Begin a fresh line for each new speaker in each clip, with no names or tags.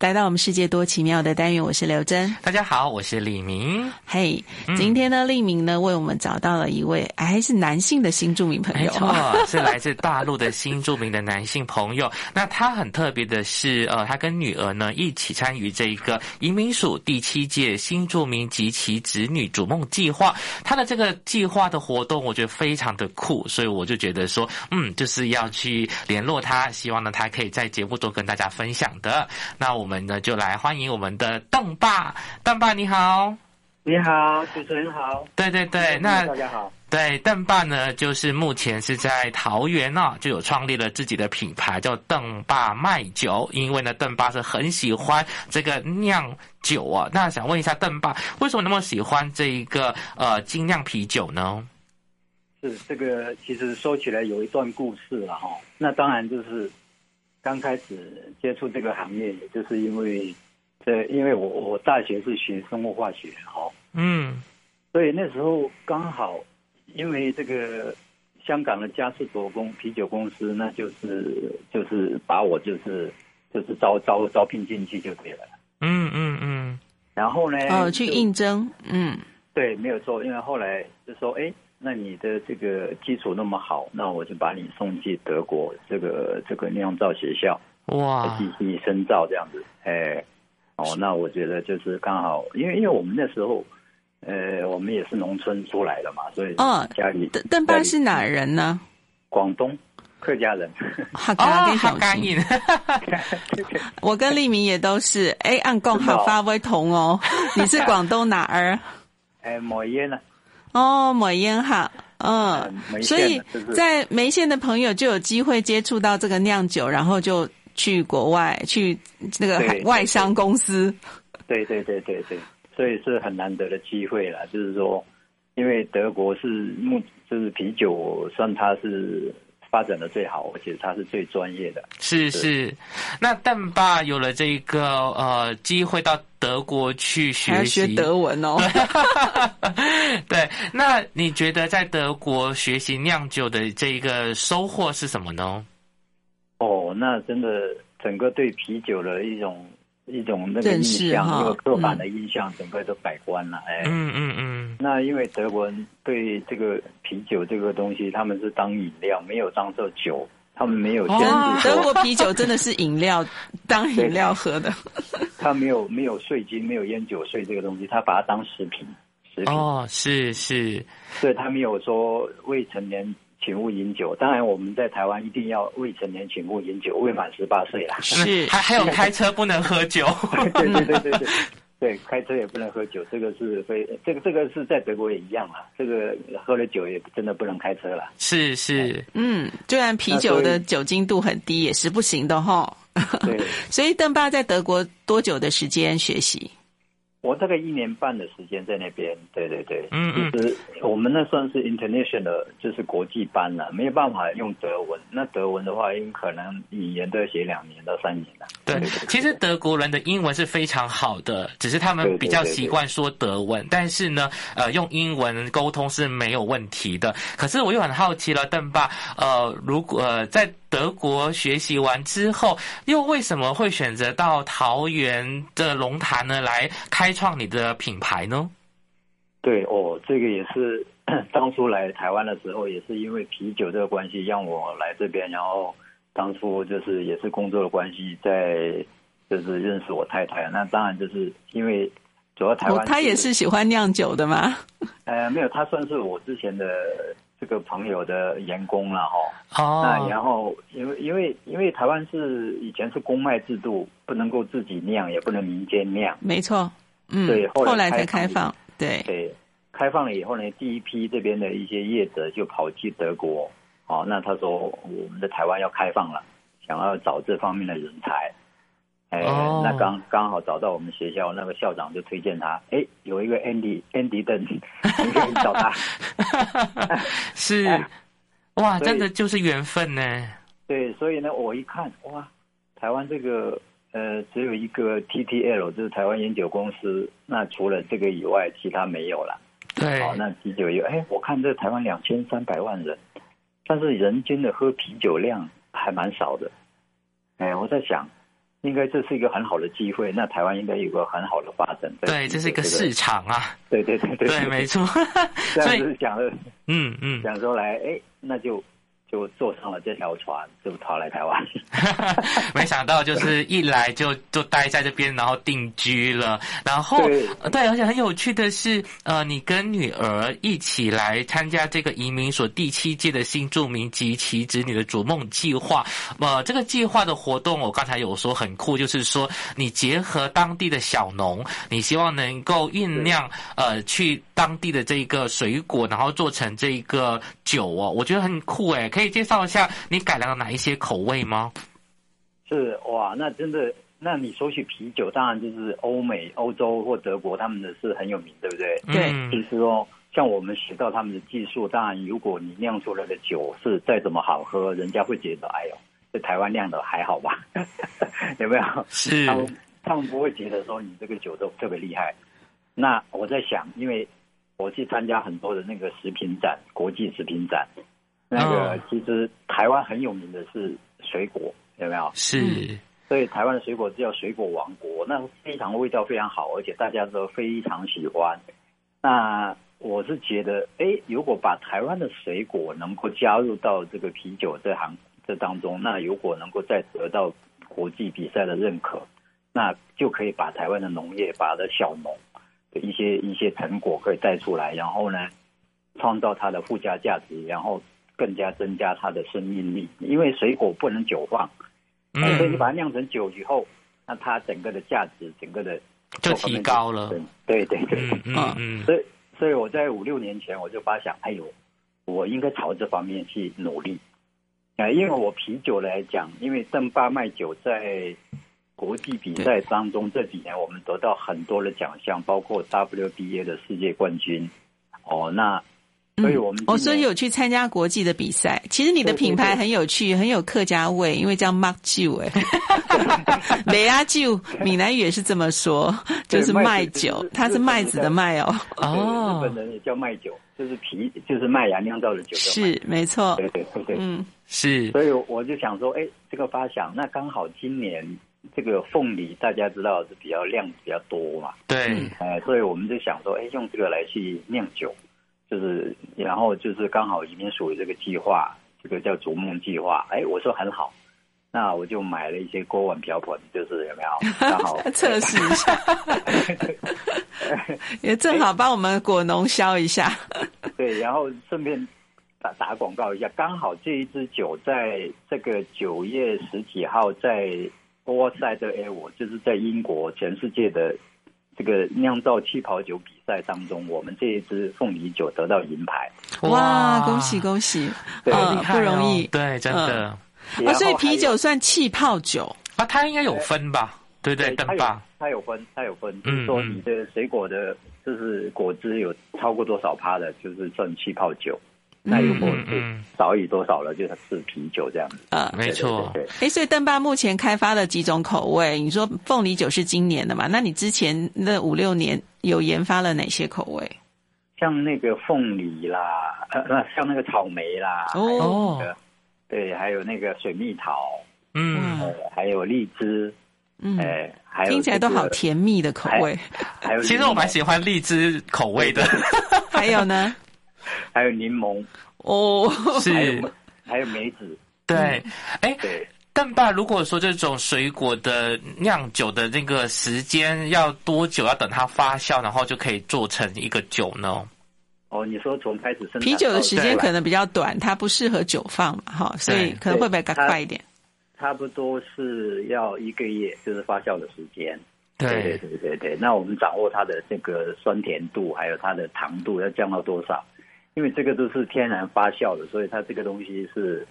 来到我们世界多奇妙的单元，我是刘真。
大家好，我是李明。
嘿、
嗯
今天呢，利明呢为我们找到了一位还是男性的新著名朋
没
友，
错， 是来自大陆的新著名的男性朋友。那他很特别的是，呃，他跟女儿呢一起参与这一个移民署第七届新著名及其子女逐梦计划。他的这个计划的活动，我觉得非常的酷，所以我就觉得说，嗯，就是要去联络他，希望呢他可以在节目中跟大家分享的。那我们呢就来欢迎我们的邓爸，邓爸你好。
你好，主持人好。嗯
对对对，那
大家好。
对，邓爸呢，就是目前是在桃园啊，就有创立了自己的品牌，叫邓爸卖酒。因为呢，邓爸是很喜欢这个酿酒啊。那想问一下邓爸，为什么那么喜欢这一个呃精酿啤酒呢？
是这个，其实说起来有一段故事了哈。那当然就是刚开始接触这个行业，也就是因为这，因为我我大学是学生物化学哈，
嗯
所以那时候刚好因为这个香港的嘉士伯公啤酒公司，那就是就是把我就是就是招招招聘进去就对了。
嗯嗯嗯
然后呢，
哦，去
就
应征，嗯，
对，没有错，因为后来就说，哎，那你的这个基础那么好，那我就把你送去德国这个这个酿造学校
嗯
啊
哇，
继续深造这样子，哎，哦，那我觉得就是刚好，因为因为我们那时候，呃，我们也是农村出来的嘛，所以
哦
家里
邓邓爸
对
是哪人呢？
广东客家人，
好，刚
哦
跟，
好
小
干
新，
瘾，
我跟利明也都是，哎，按共
真的哦
好发威同哦。 你是广东哪儿？
哎，某烟呢，
哦，抹烟哈，嗯，
嗯梅县
所以
的就是
在梅县的朋友就有机会接触到这个酿酒，然后就去国外去那个
对
海外商公司，
对对对对对，所以是很难得的机会啦。就是说，因为德国是目就是啤酒算它是发展的最好，而且它是最专业的。
是是。那邓爸有了这一个呃机会到德国去
还要
学
学
习，
德文哦。
对，那你觉得在德国学习酿酒的这一个收获是什么呢？
哦，那真的整个对啤酒的一种一种那个
认
印
识
象，
哈嗯
一个刻板的印象，整个都改观了。哎，
嗯嗯嗯，
那因为德国人对这个啤酒这个东西，他们是当饮料，没有当做酒，他们没有限制
哦
说
德国啤酒真的是饮料当饮料喝的，
他没有没有税金，没有烟酒税这个东西，他把它当食品，食品，
哦，是是，
所以他没有说未成年请勿饮酒。当然，我们在台湾一定要未成年请勿饮酒，未满十八岁啦。
是
还还有开车不能喝酒，
对对对对对。对，开车也不能喝酒，这个是非，这个这个是在德国也一样啦。这个喝了酒也真的不能开车 啦。
是是，
嗯，虽然啤酒的酒精度很低，也是不行的哈。
对，
所以邓爸在德国多久的时间学习？
我大概一年半的时间在那边，对对对，
嗯嗯
其实我们那算是 international，就是国际班了，没有办法用德文。那德文的话，因可能语言都要写两年到三年了。
对，其实德国人的英文是非常好的，只是他们比较习惯说德文，但是呢，呃，用英文沟通是没有问题的。可是我又很好奇了，邓爸，呃，如果、呃、在德国学习完之后，又为什么会选择到桃园的龙潭呢，来开创你的品牌呢？
对哦，这个也是 当初来台湾的时候，也是因为啤酒这个关系让我来这边，然后当初就是也是工作的关系，在就是认识我太太。那当然就是因为主要台
哦
湾，
他也是喜欢酿酒的嘛。
呃没有，他算是我之前的这个朋友的员工了哈、哦。那
哦，
然后，因为因为因为台湾是以前是公卖制度，不能够自己酿，也不能民间酿。
没错，嗯，
对后来
才开
开
放
放，
对，
对，开放了以后呢，第一批这边的一些业者就跑去德国。哦，那他说我们的台湾要开放了，想要找这方面的人才。哎，
哦
那刚刚好找到我们学校那个校长就推荐他，哎，有一个 Andy Andy 邓，你可以找他。
是
哎，
哇，
所以
真的就是缘分呢。
对，所以呢，我一看，哇，台湾这个呃，只有一个 TTL，就是台湾烟酒公司，那除了这个以外，其他没有了。
对，
好，那啤酒有，哎，我看这台湾两千三百万人，但是人均的喝啤酒量还蛮少的。哎，我在想，应该这是一个很好的机会，那台湾应该有个很好的发展。
对，这是一个市，场啊，
对对对对，
对，没错，
这
所
样
以
子想着
嗯嗯，
想说来，哎，那就就坐上了这条船，就逃来台湾。
没想到就是一来就就待在这边，然后定居了。然后
对
呃对，而且很有趣的是，呃，你跟女儿一起来参加这个移民所第七届的新住民及其子女的逐梦计划。呃，这个计划的活动，我刚才有说很酷，就是说你结合当地的小农，你希望能够酝酿呃去当地的这个水果，然后做成这个酒哦，我觉得很酷诶，可以介绍一下你改良了哪一些口味吗？
是哇，那真的，那你说起啤酒，当然就是欧美、欧洲或德国他们的是很有名，对不对？
对
嗯
其实哦，像我们学到他们的技术，当然如果你酿出来的酒是再怎么好喝，人家会觉得哎呦， 这台湾酿的还好吧？ 有没有？
是
他们他们不会觉得说你这个酒都特别厉害。那我在想，因为我去参加很多的那个食品展，国际食品展，那个
嗯
其实台湾很有名的是水果，有没有？
是，
所以台湾的水果叫水果王国，那非常味道非常好，而且大家都非常喜欢。那我是觉得，哎，如果把台湾的水果能够加入到这个啤酒这行这当中，那如果能够再得到国际比赛的认可，那就可以把台湾的农业、把的小农的一些一些成果可以带出来，然后呢，创造它的附加价值，然后更加增加它的生命力。因为水果不能久放，
嗯
所以你把它酿成酒以后，那它整个的价值，整个的嗯
就提高了。
对对对，
嗯嗯嗯，
所以所以我在五六年前我就发想，哎呦，我应该朝这方面去努力。啊、因为我啤酒来讲，因为邓爸卖酒在国际比赛当中这几年，我们得到很多的奖项，包括 WBA 的世界冠军。哦，那所以我们
哦，
今
所以
年
有去参加国际的比赛。其实你的
对对
品牌
对
很有趣，很有客家味，因为叫 Mark 酒 哎，梅阿酒，闽南语也是这么说，
对
就是
麦
麦
子
酒
就是，
它是
日本
麦
人
子
在
的麦哦，
哦
对日本人也叫麦酒，就是啤，就是麦芽酿造的酒叫麦酒。
是没错，
对对对对。
嗯，
是
所以我就想说，哎，这个发想，那刚好今年这个凤梨大家知道是比较量比较多嘛，
对，
哎、所以我们就想说，哎，用这个来去酿酒，就是然后就是刚好移民署有这个计划，这个叫逐梦计划，哎，我说很好，那我就买了一些锅碗瓢盆，就是有没有刚好
测试一下， 也正好帮我们果农消一下。
对，然后顺便打打广告一下，刚好这一支酒在这个九月十几号在波塞的 a 我就是在英国全世界的这个酿造气泡酒比赛当中，我们这一支凤梨酒得到银牌。
哇，恭喜恭喜！
对
嗯
厉害
不
哦
容易
对，真的
啊，
然后
所以
还
啤
有
酒算气泡酒，
啊，他应该有分吧？对对，
它
邓
有
爸，
它有分，它有分，就
嗯
是说你的水果的，就是果汁有超过多少趴的，就是算气泡酒。那如果
嗯
是
嗯
少于多少了，就是是啤酒这样子。
呃，
没错
对，对对
哎，所以邓爸目前开发了几种口味？你说凤梨酒是今年的嘛？那你之前那五六年有研发了哪些口味？
像那个凤梨啦，呃，那像那个草莓啦，
哦，
哦，
对，还有那个水蜜桃，
嗯，
呃，还有荔枝，
嗯，
哎、还有、
听起来都好，甜蜜的口味。
还有
其实我蛮喜欢荔枝口味的，
还有 呢？
还有柠檬，
哦，
还
是
有，还有梅子，
对，哎，
对，
邓爸，如果说这种水果的酿酒的那个时间要多久？要等它发酵，然后就可以做成一个酒呢？
哦，你说从开始生产
啤酒的
到
时
出
间
来
可能比较短，它不适合久放嘛，哈，所以
对
可能会不会更
哎它
快一点？
差不多是要一个月，就是发酵的时间。对对对对，那我们掌握它的这个酸甜度，还有它的糖度要降到多少，因为这个都是天然发酵的，所以它这个东西是，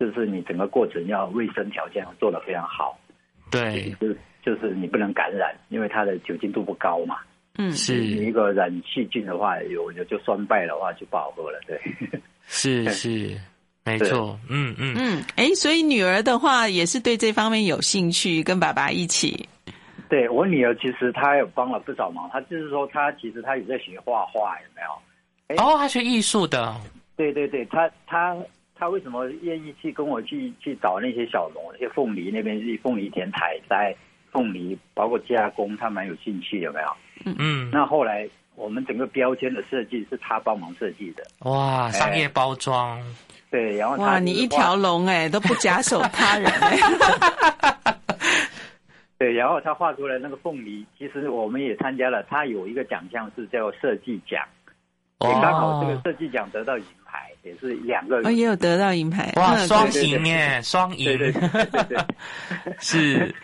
就是你整个过程要卫生条件要做得非常好，
对，
就是就是你不能感染，因为它的酒精度不高嘛。
嗯，
你
是
一个染细菌的话，有有就酸败的话就不好喝了，对。
是是，没错，嗯嗯，
嗯，哎，所以女儿的话也是对这方面有兴趣，跟爸爸一起。
对我女儿其实她也帮了不少忙，她就是说她其实她也在学画画，有没有？
哦，他学艺术的，
对对对，她她他为什么愿意去跟我去去找那些小农，那些凤梨那边去凤梨田采摘凤梨，包括加工，他蛮有兴趣，有没有？
嗯，
那后来我们整个标签的设计是他帮忙设计的，
哇，商业包装，
对，然后他
哇，
哦就是
你一
画
条龙哎、都不假手他 人哎、
对，然后他画出来那个凤梨，其实我们也参加了，他有一个奖项是叫设计奖，也哎刚好这个设计奖得到银牌，也是两个
哦，也有得到银牌
哇，
嗯
双
对
赢耶，双赢
对对对对对，
是，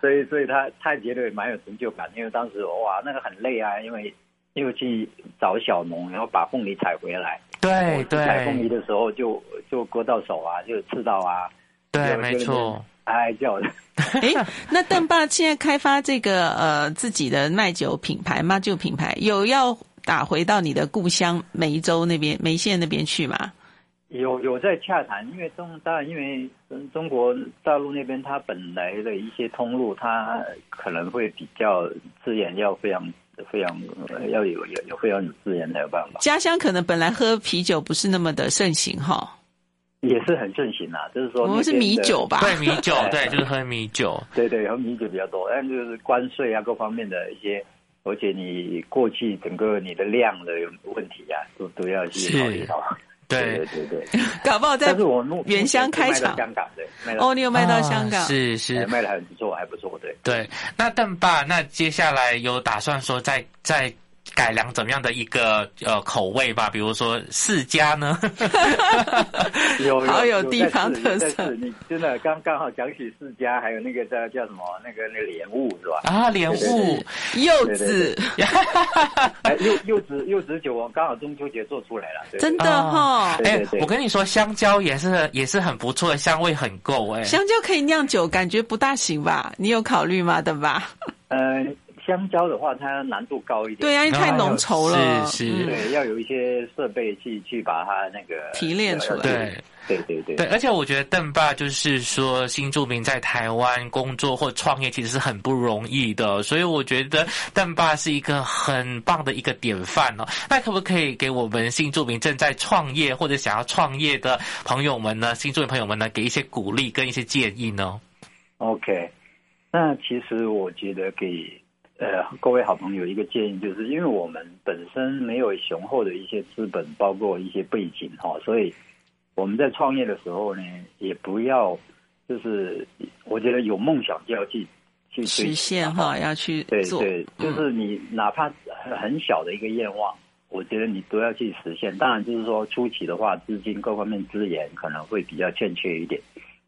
所以所以他他觉得蛮有成就感，因为当时哇那个很累啊，因为又去找小农，然后把凤梨采回来，
对
采凤梨
对
的时候就就割到手啊，就吃到啊，
对，
就
没错，，
就哀哀叫的。
哎，那邓爸现在开发这个呃自己的卖酒品牌、卖酒品牌，有要打回到你的故乡梅州那边、梅县那边去吗？
有有在洽谈，因为中当然因为中中国大陆那边它本来的一些通路，它可能会比较资源要非常非常呃要有有有非常有资源才有办法，
家乡可能本来喝啤酒不是那么的盛行哈，
也是很盛行啊，就是说
我们哦是
那边
米
的
酒，吧？
对米酒，对，就是喝米酒，
对对，然后米酒比较多，但就是关税啊各方面的一些，而且你过去整个你的量的问题啊，都都要去考虑到。
对
对。对对，
搞不好在
但是我目
原乡开场
目前是卖到香港对，卖到
哦，你有卖到香港？
啊是是
哎，卖的很不错，还不错，对。
对，那邓爸，那接下来有打算说再再改良怎么样的一个呃口味吧？比如说世家呢？
有
好有
有
地方特色
在市你真的刚刚好讲起世家，还有那个叫叫什么那个那个莲雾是吧？
啊，莲雾，
柚
对
子
对哎，柚柚子柚子酒，我刚好中秋节做出来了，对
真的哈、
对
哎
对，对
我跟你说，香蕉也是也是很不错，香味很够哎。
香蕉可以酿酒，感觉不大行吧？你有考虑吗，邓爸？
呃，香蕉的话，它难度高一点，
对呀、啊因为太浓稠了，
是是
嗯
对，要有一些设备去去把它那个
提炼出来
对，
对对对
对，而且我觉得邓爸就是说，新住民在台湾工作或创业其实是很不容易的，所以我觉得邓爸是一个很棒的一个典范哦。那可不可以给我们新住民正在创业或者想要创业的朋友们呢，新住民朋友们呢，给一些鼓励跟一些建议呢？
OK，那其实我觉得给呃各位好朋友一个建议，就是因为我们本身没有雄厚的一些资本，包括一些背景哈、哦，所以我们在创业的时候呢，也不要就是我觉得有梦想就要去去追
实
求
现
它
哈，要去
对
做。嗯
对，就是你哪怕很很小的一个愿望，我觉得你都要去实现。当然，就是说初期的话，资金各方面资源可能会比较欠缺一点，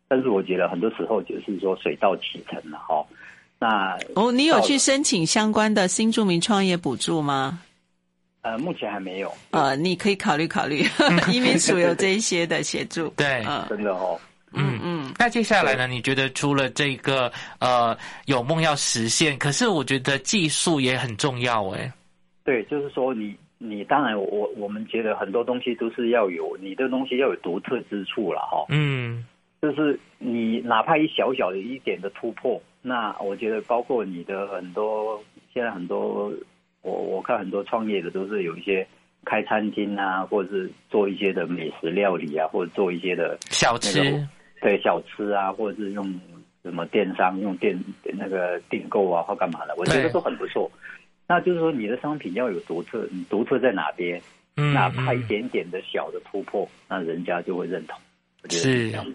但是我觉得很多时候就是说水到渠成了哈、那
哦，你有
到
去申请相关的新住民创业补助吗？
呃，目前还没有，
呃，你可以考虑考虑，移民署有这一些的协助。
对
嗯
真的哦。
嗯嗯，
那接下来呢？你觉得除了这个呃有梦要实现，可是我觉得技术也很重要哎。
对，就是说你你当然我我们觉得很多东西都是要有你的东西要有独特之处了哈、
嗯，
就是你哪怕一小小的一点的突破，那我觉得包括你的很多现在很多，我我看很多创业的都是有一些开餐厅啊，或者是做一些的美食料理啊，或者做一些的
小吃。
那个对小吃啊，或者是用什么电商用电那个订购啊或干嘛的，我觉得
对
都很不错。那就是说你的商品要有独特，你独特在哪边？
嗯，
哪怕一
嗯
点点的小的突破，那人家就会认同。我觉得
是
这样子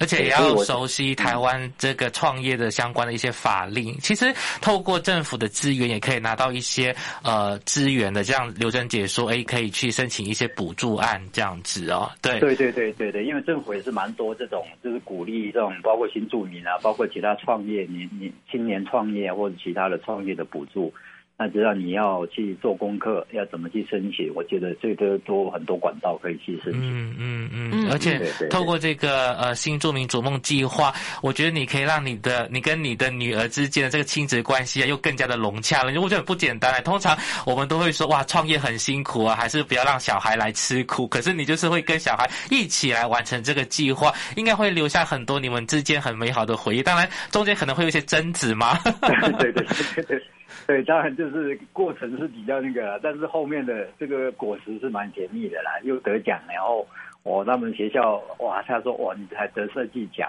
而且也要熟悉台湾这个创业的相关的一些法
嗯
令。其实透过政府的资源，也可以拿到一些呃资源的。这样刘珍姐说，哎，可以去申请一些补助案这样子哦。对，
对对对对对，因为政府也是蛮多这种，就是鼓励这种包括新住民啊，包括其他创业，你你青年创业或者其他的创业的补助，那只要你要去做功课，要怎么去申请，我觉得这个都很多管道可以去申请。
嗯嗯嗯，
嗯
而且
对对对
透过这个呃新著名逐梦计划，我觉得你可以让你的你跟你的女儿之间的这个亲子关系啊，又更加的融洽了。因为我觉得很不简单啊。通常我们都会说哇，创业很辛苦啊，还是不要让小孩来吃苦。可是你就是会跟小孩一起来完成这个计划，应该会留下很多你们之间很美好的回忆。当然中间可能会有一些争执嘛。
对对对对对对，当然就是过程是比较那个，但是后面的这个果实是蛮甜蜜的啦，又得奖，然后我他们学校哇，他说哇，你还得设计奖，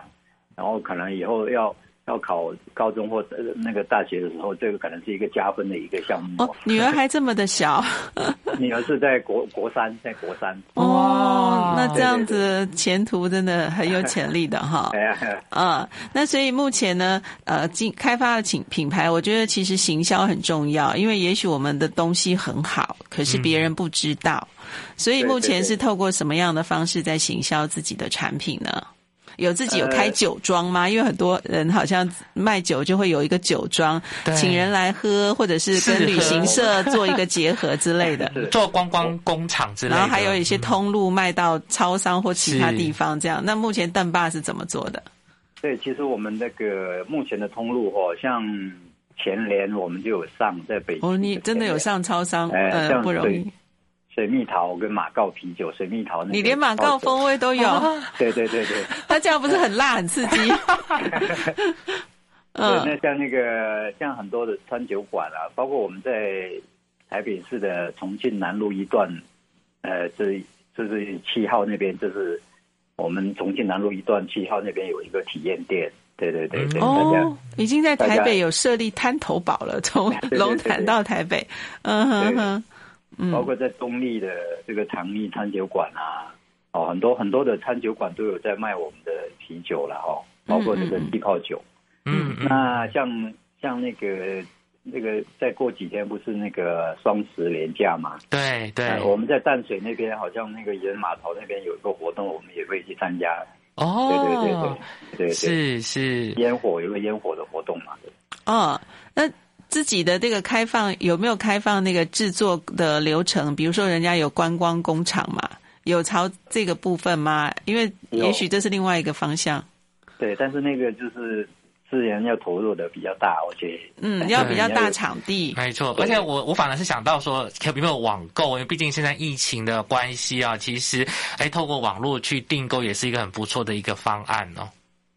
然后可能以后要要考高中或者那个大学的时候，这个可能是一个加分的一个项目。
哦，女儿还这么的小，
女儿是在国国三，在国三，
哦
哇，
那这样子前途真的很有潜力的哈。
哎呀，
啊、那所以目前呢，呃，进开发的品品牌，我觉得其实行销很重要，因为也许我们的东西很好，可是别人不知道，所以
对
目前
嗯对
是透过什么样的方式在行销自己的产品呢？有自己有开
呃
酒庄吗？因为很多人好像卖酒就会有一个酒庄，
对
请人来喝，或者是
是
跟旅
喝
行社做一个结合之类哎的。
是
做观光工厂之类的，
然后还有一些
嗯
通路卖到超商或其他
是
地方，这样。那目前邓爸是怎么做的？
对，其实我们那个目前的通路哦，像前年我们就有上在北 京
哦，你真的有
前联
上超商，
哎这
呃，
样
不容易
对。水蜜桃跟马告啤酒，水蜜桃那个
你连马告风味都有，
对对对对，
他这样不是很辣、很 刺激？
对，
嗯
那像那个像很多的川酒馆啊，包括我们在台北市的重庆南路一段，呃，这就是七号那边，就是我们重庆南路一段七号那边有一个体验店，对对对对，
嗯
大家、
哦，已经在台
大家
北有设立滩头堡了，从
对对对
龙潭到台北，嗯哼哼，
包
嗯，
括在中立的这个长立餐酒馆啊，哦，很多很多的餐酒馆都有在卖我们的啤酒了哦，包括这个
嗯嗯嗯
气泡酒。
嗯嗯
那像像那个那个，再过几天不是那个双十连假嘛？
对对
呃我们在淡水那边，好像那个渔人码头那边有一个活动，我们也会去参加。对对对
哦，
对对对，
是是。
烟火有个烟火的活动嘛？
哦，那自己的这个开放有没有开放那个制作的流程？比如说人家有观光工厂嘛，有朝这个部分吗？因为
有
也许这是另外一个方向。
对，但是那个就是自然要投入的比较大，而且
嗯，要比较大场地，
没错，
对
而且我我反而是想到说，可有没有网购？因为毕竟现在疫情的关系啊，其实哎，透过网络去订购也是一个很不错的一个方案哦。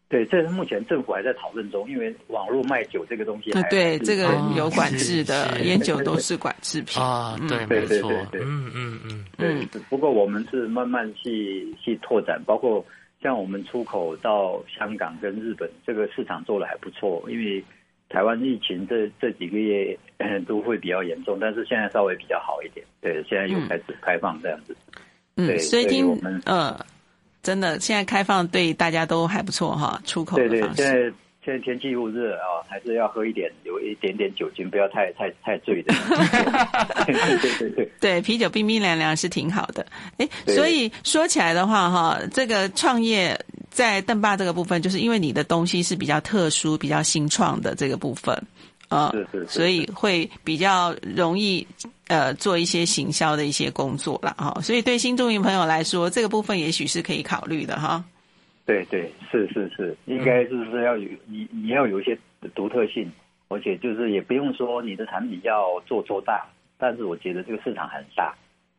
对，这是目前政府还在讨论中，因为网络卖酒这个东西
对啊
还，
对，这个
哦
有管制的，
是是
烟酒都是管制品。
啊，对，
对
没
对
错
对，对
嗯嗯嗯，
对
嗯，
不过我们是慢慢去去拓展，包括像我们出口到香港跟日本这个市场做的还不错，因为台湾疫情这这几个月 嗯都会比较严重，但是现在稍微比较好一点，对，现在又开始开放这样子，
嗯，
对
所以
所以
听
我们
呃，真的现在开放对大家都还不错哈，出口
对
的
对，
方
现在
式。
现在天气又热啊，还是要喝一点，有一点点酒精，不要太太太 醉的，对对对对。
对，啤酒冰冰凉凉是挺好的。哎，
对
所以说起来的话哈，这个创业在邓爸这个部分，就是因为你的东西是比较特殊、比较新创的这个部分，呃
是是，是
所以会比较容易呃做一些行销的一些工作啦哈。所以对新住民朋友来说，这个部分也许是可以考虑的哈。
对对，是是是，应该就是要有你你要有一些独特性，而且就是也不用说你的产品要做多大，但是我觉得这个市场很大。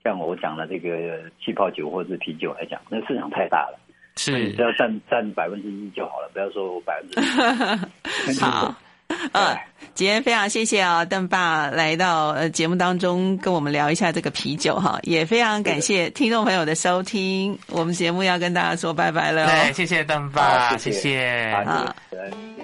像我讲的这个气泡酒或者是啤酒来讲，那市场太大了，你
是
只。要占占百分之一就好了，不要说百分之 哎
好，呃，今天非常谢谢啊、邓爸来到呃节目当中跟我们聊一下这个啤酒哈，也非常感谢听众朋友的收听，我们节目要跟大家说拜拜了、哦。
对，谢谢邓
好
爸，
谢谢
谢
啊，
好
就是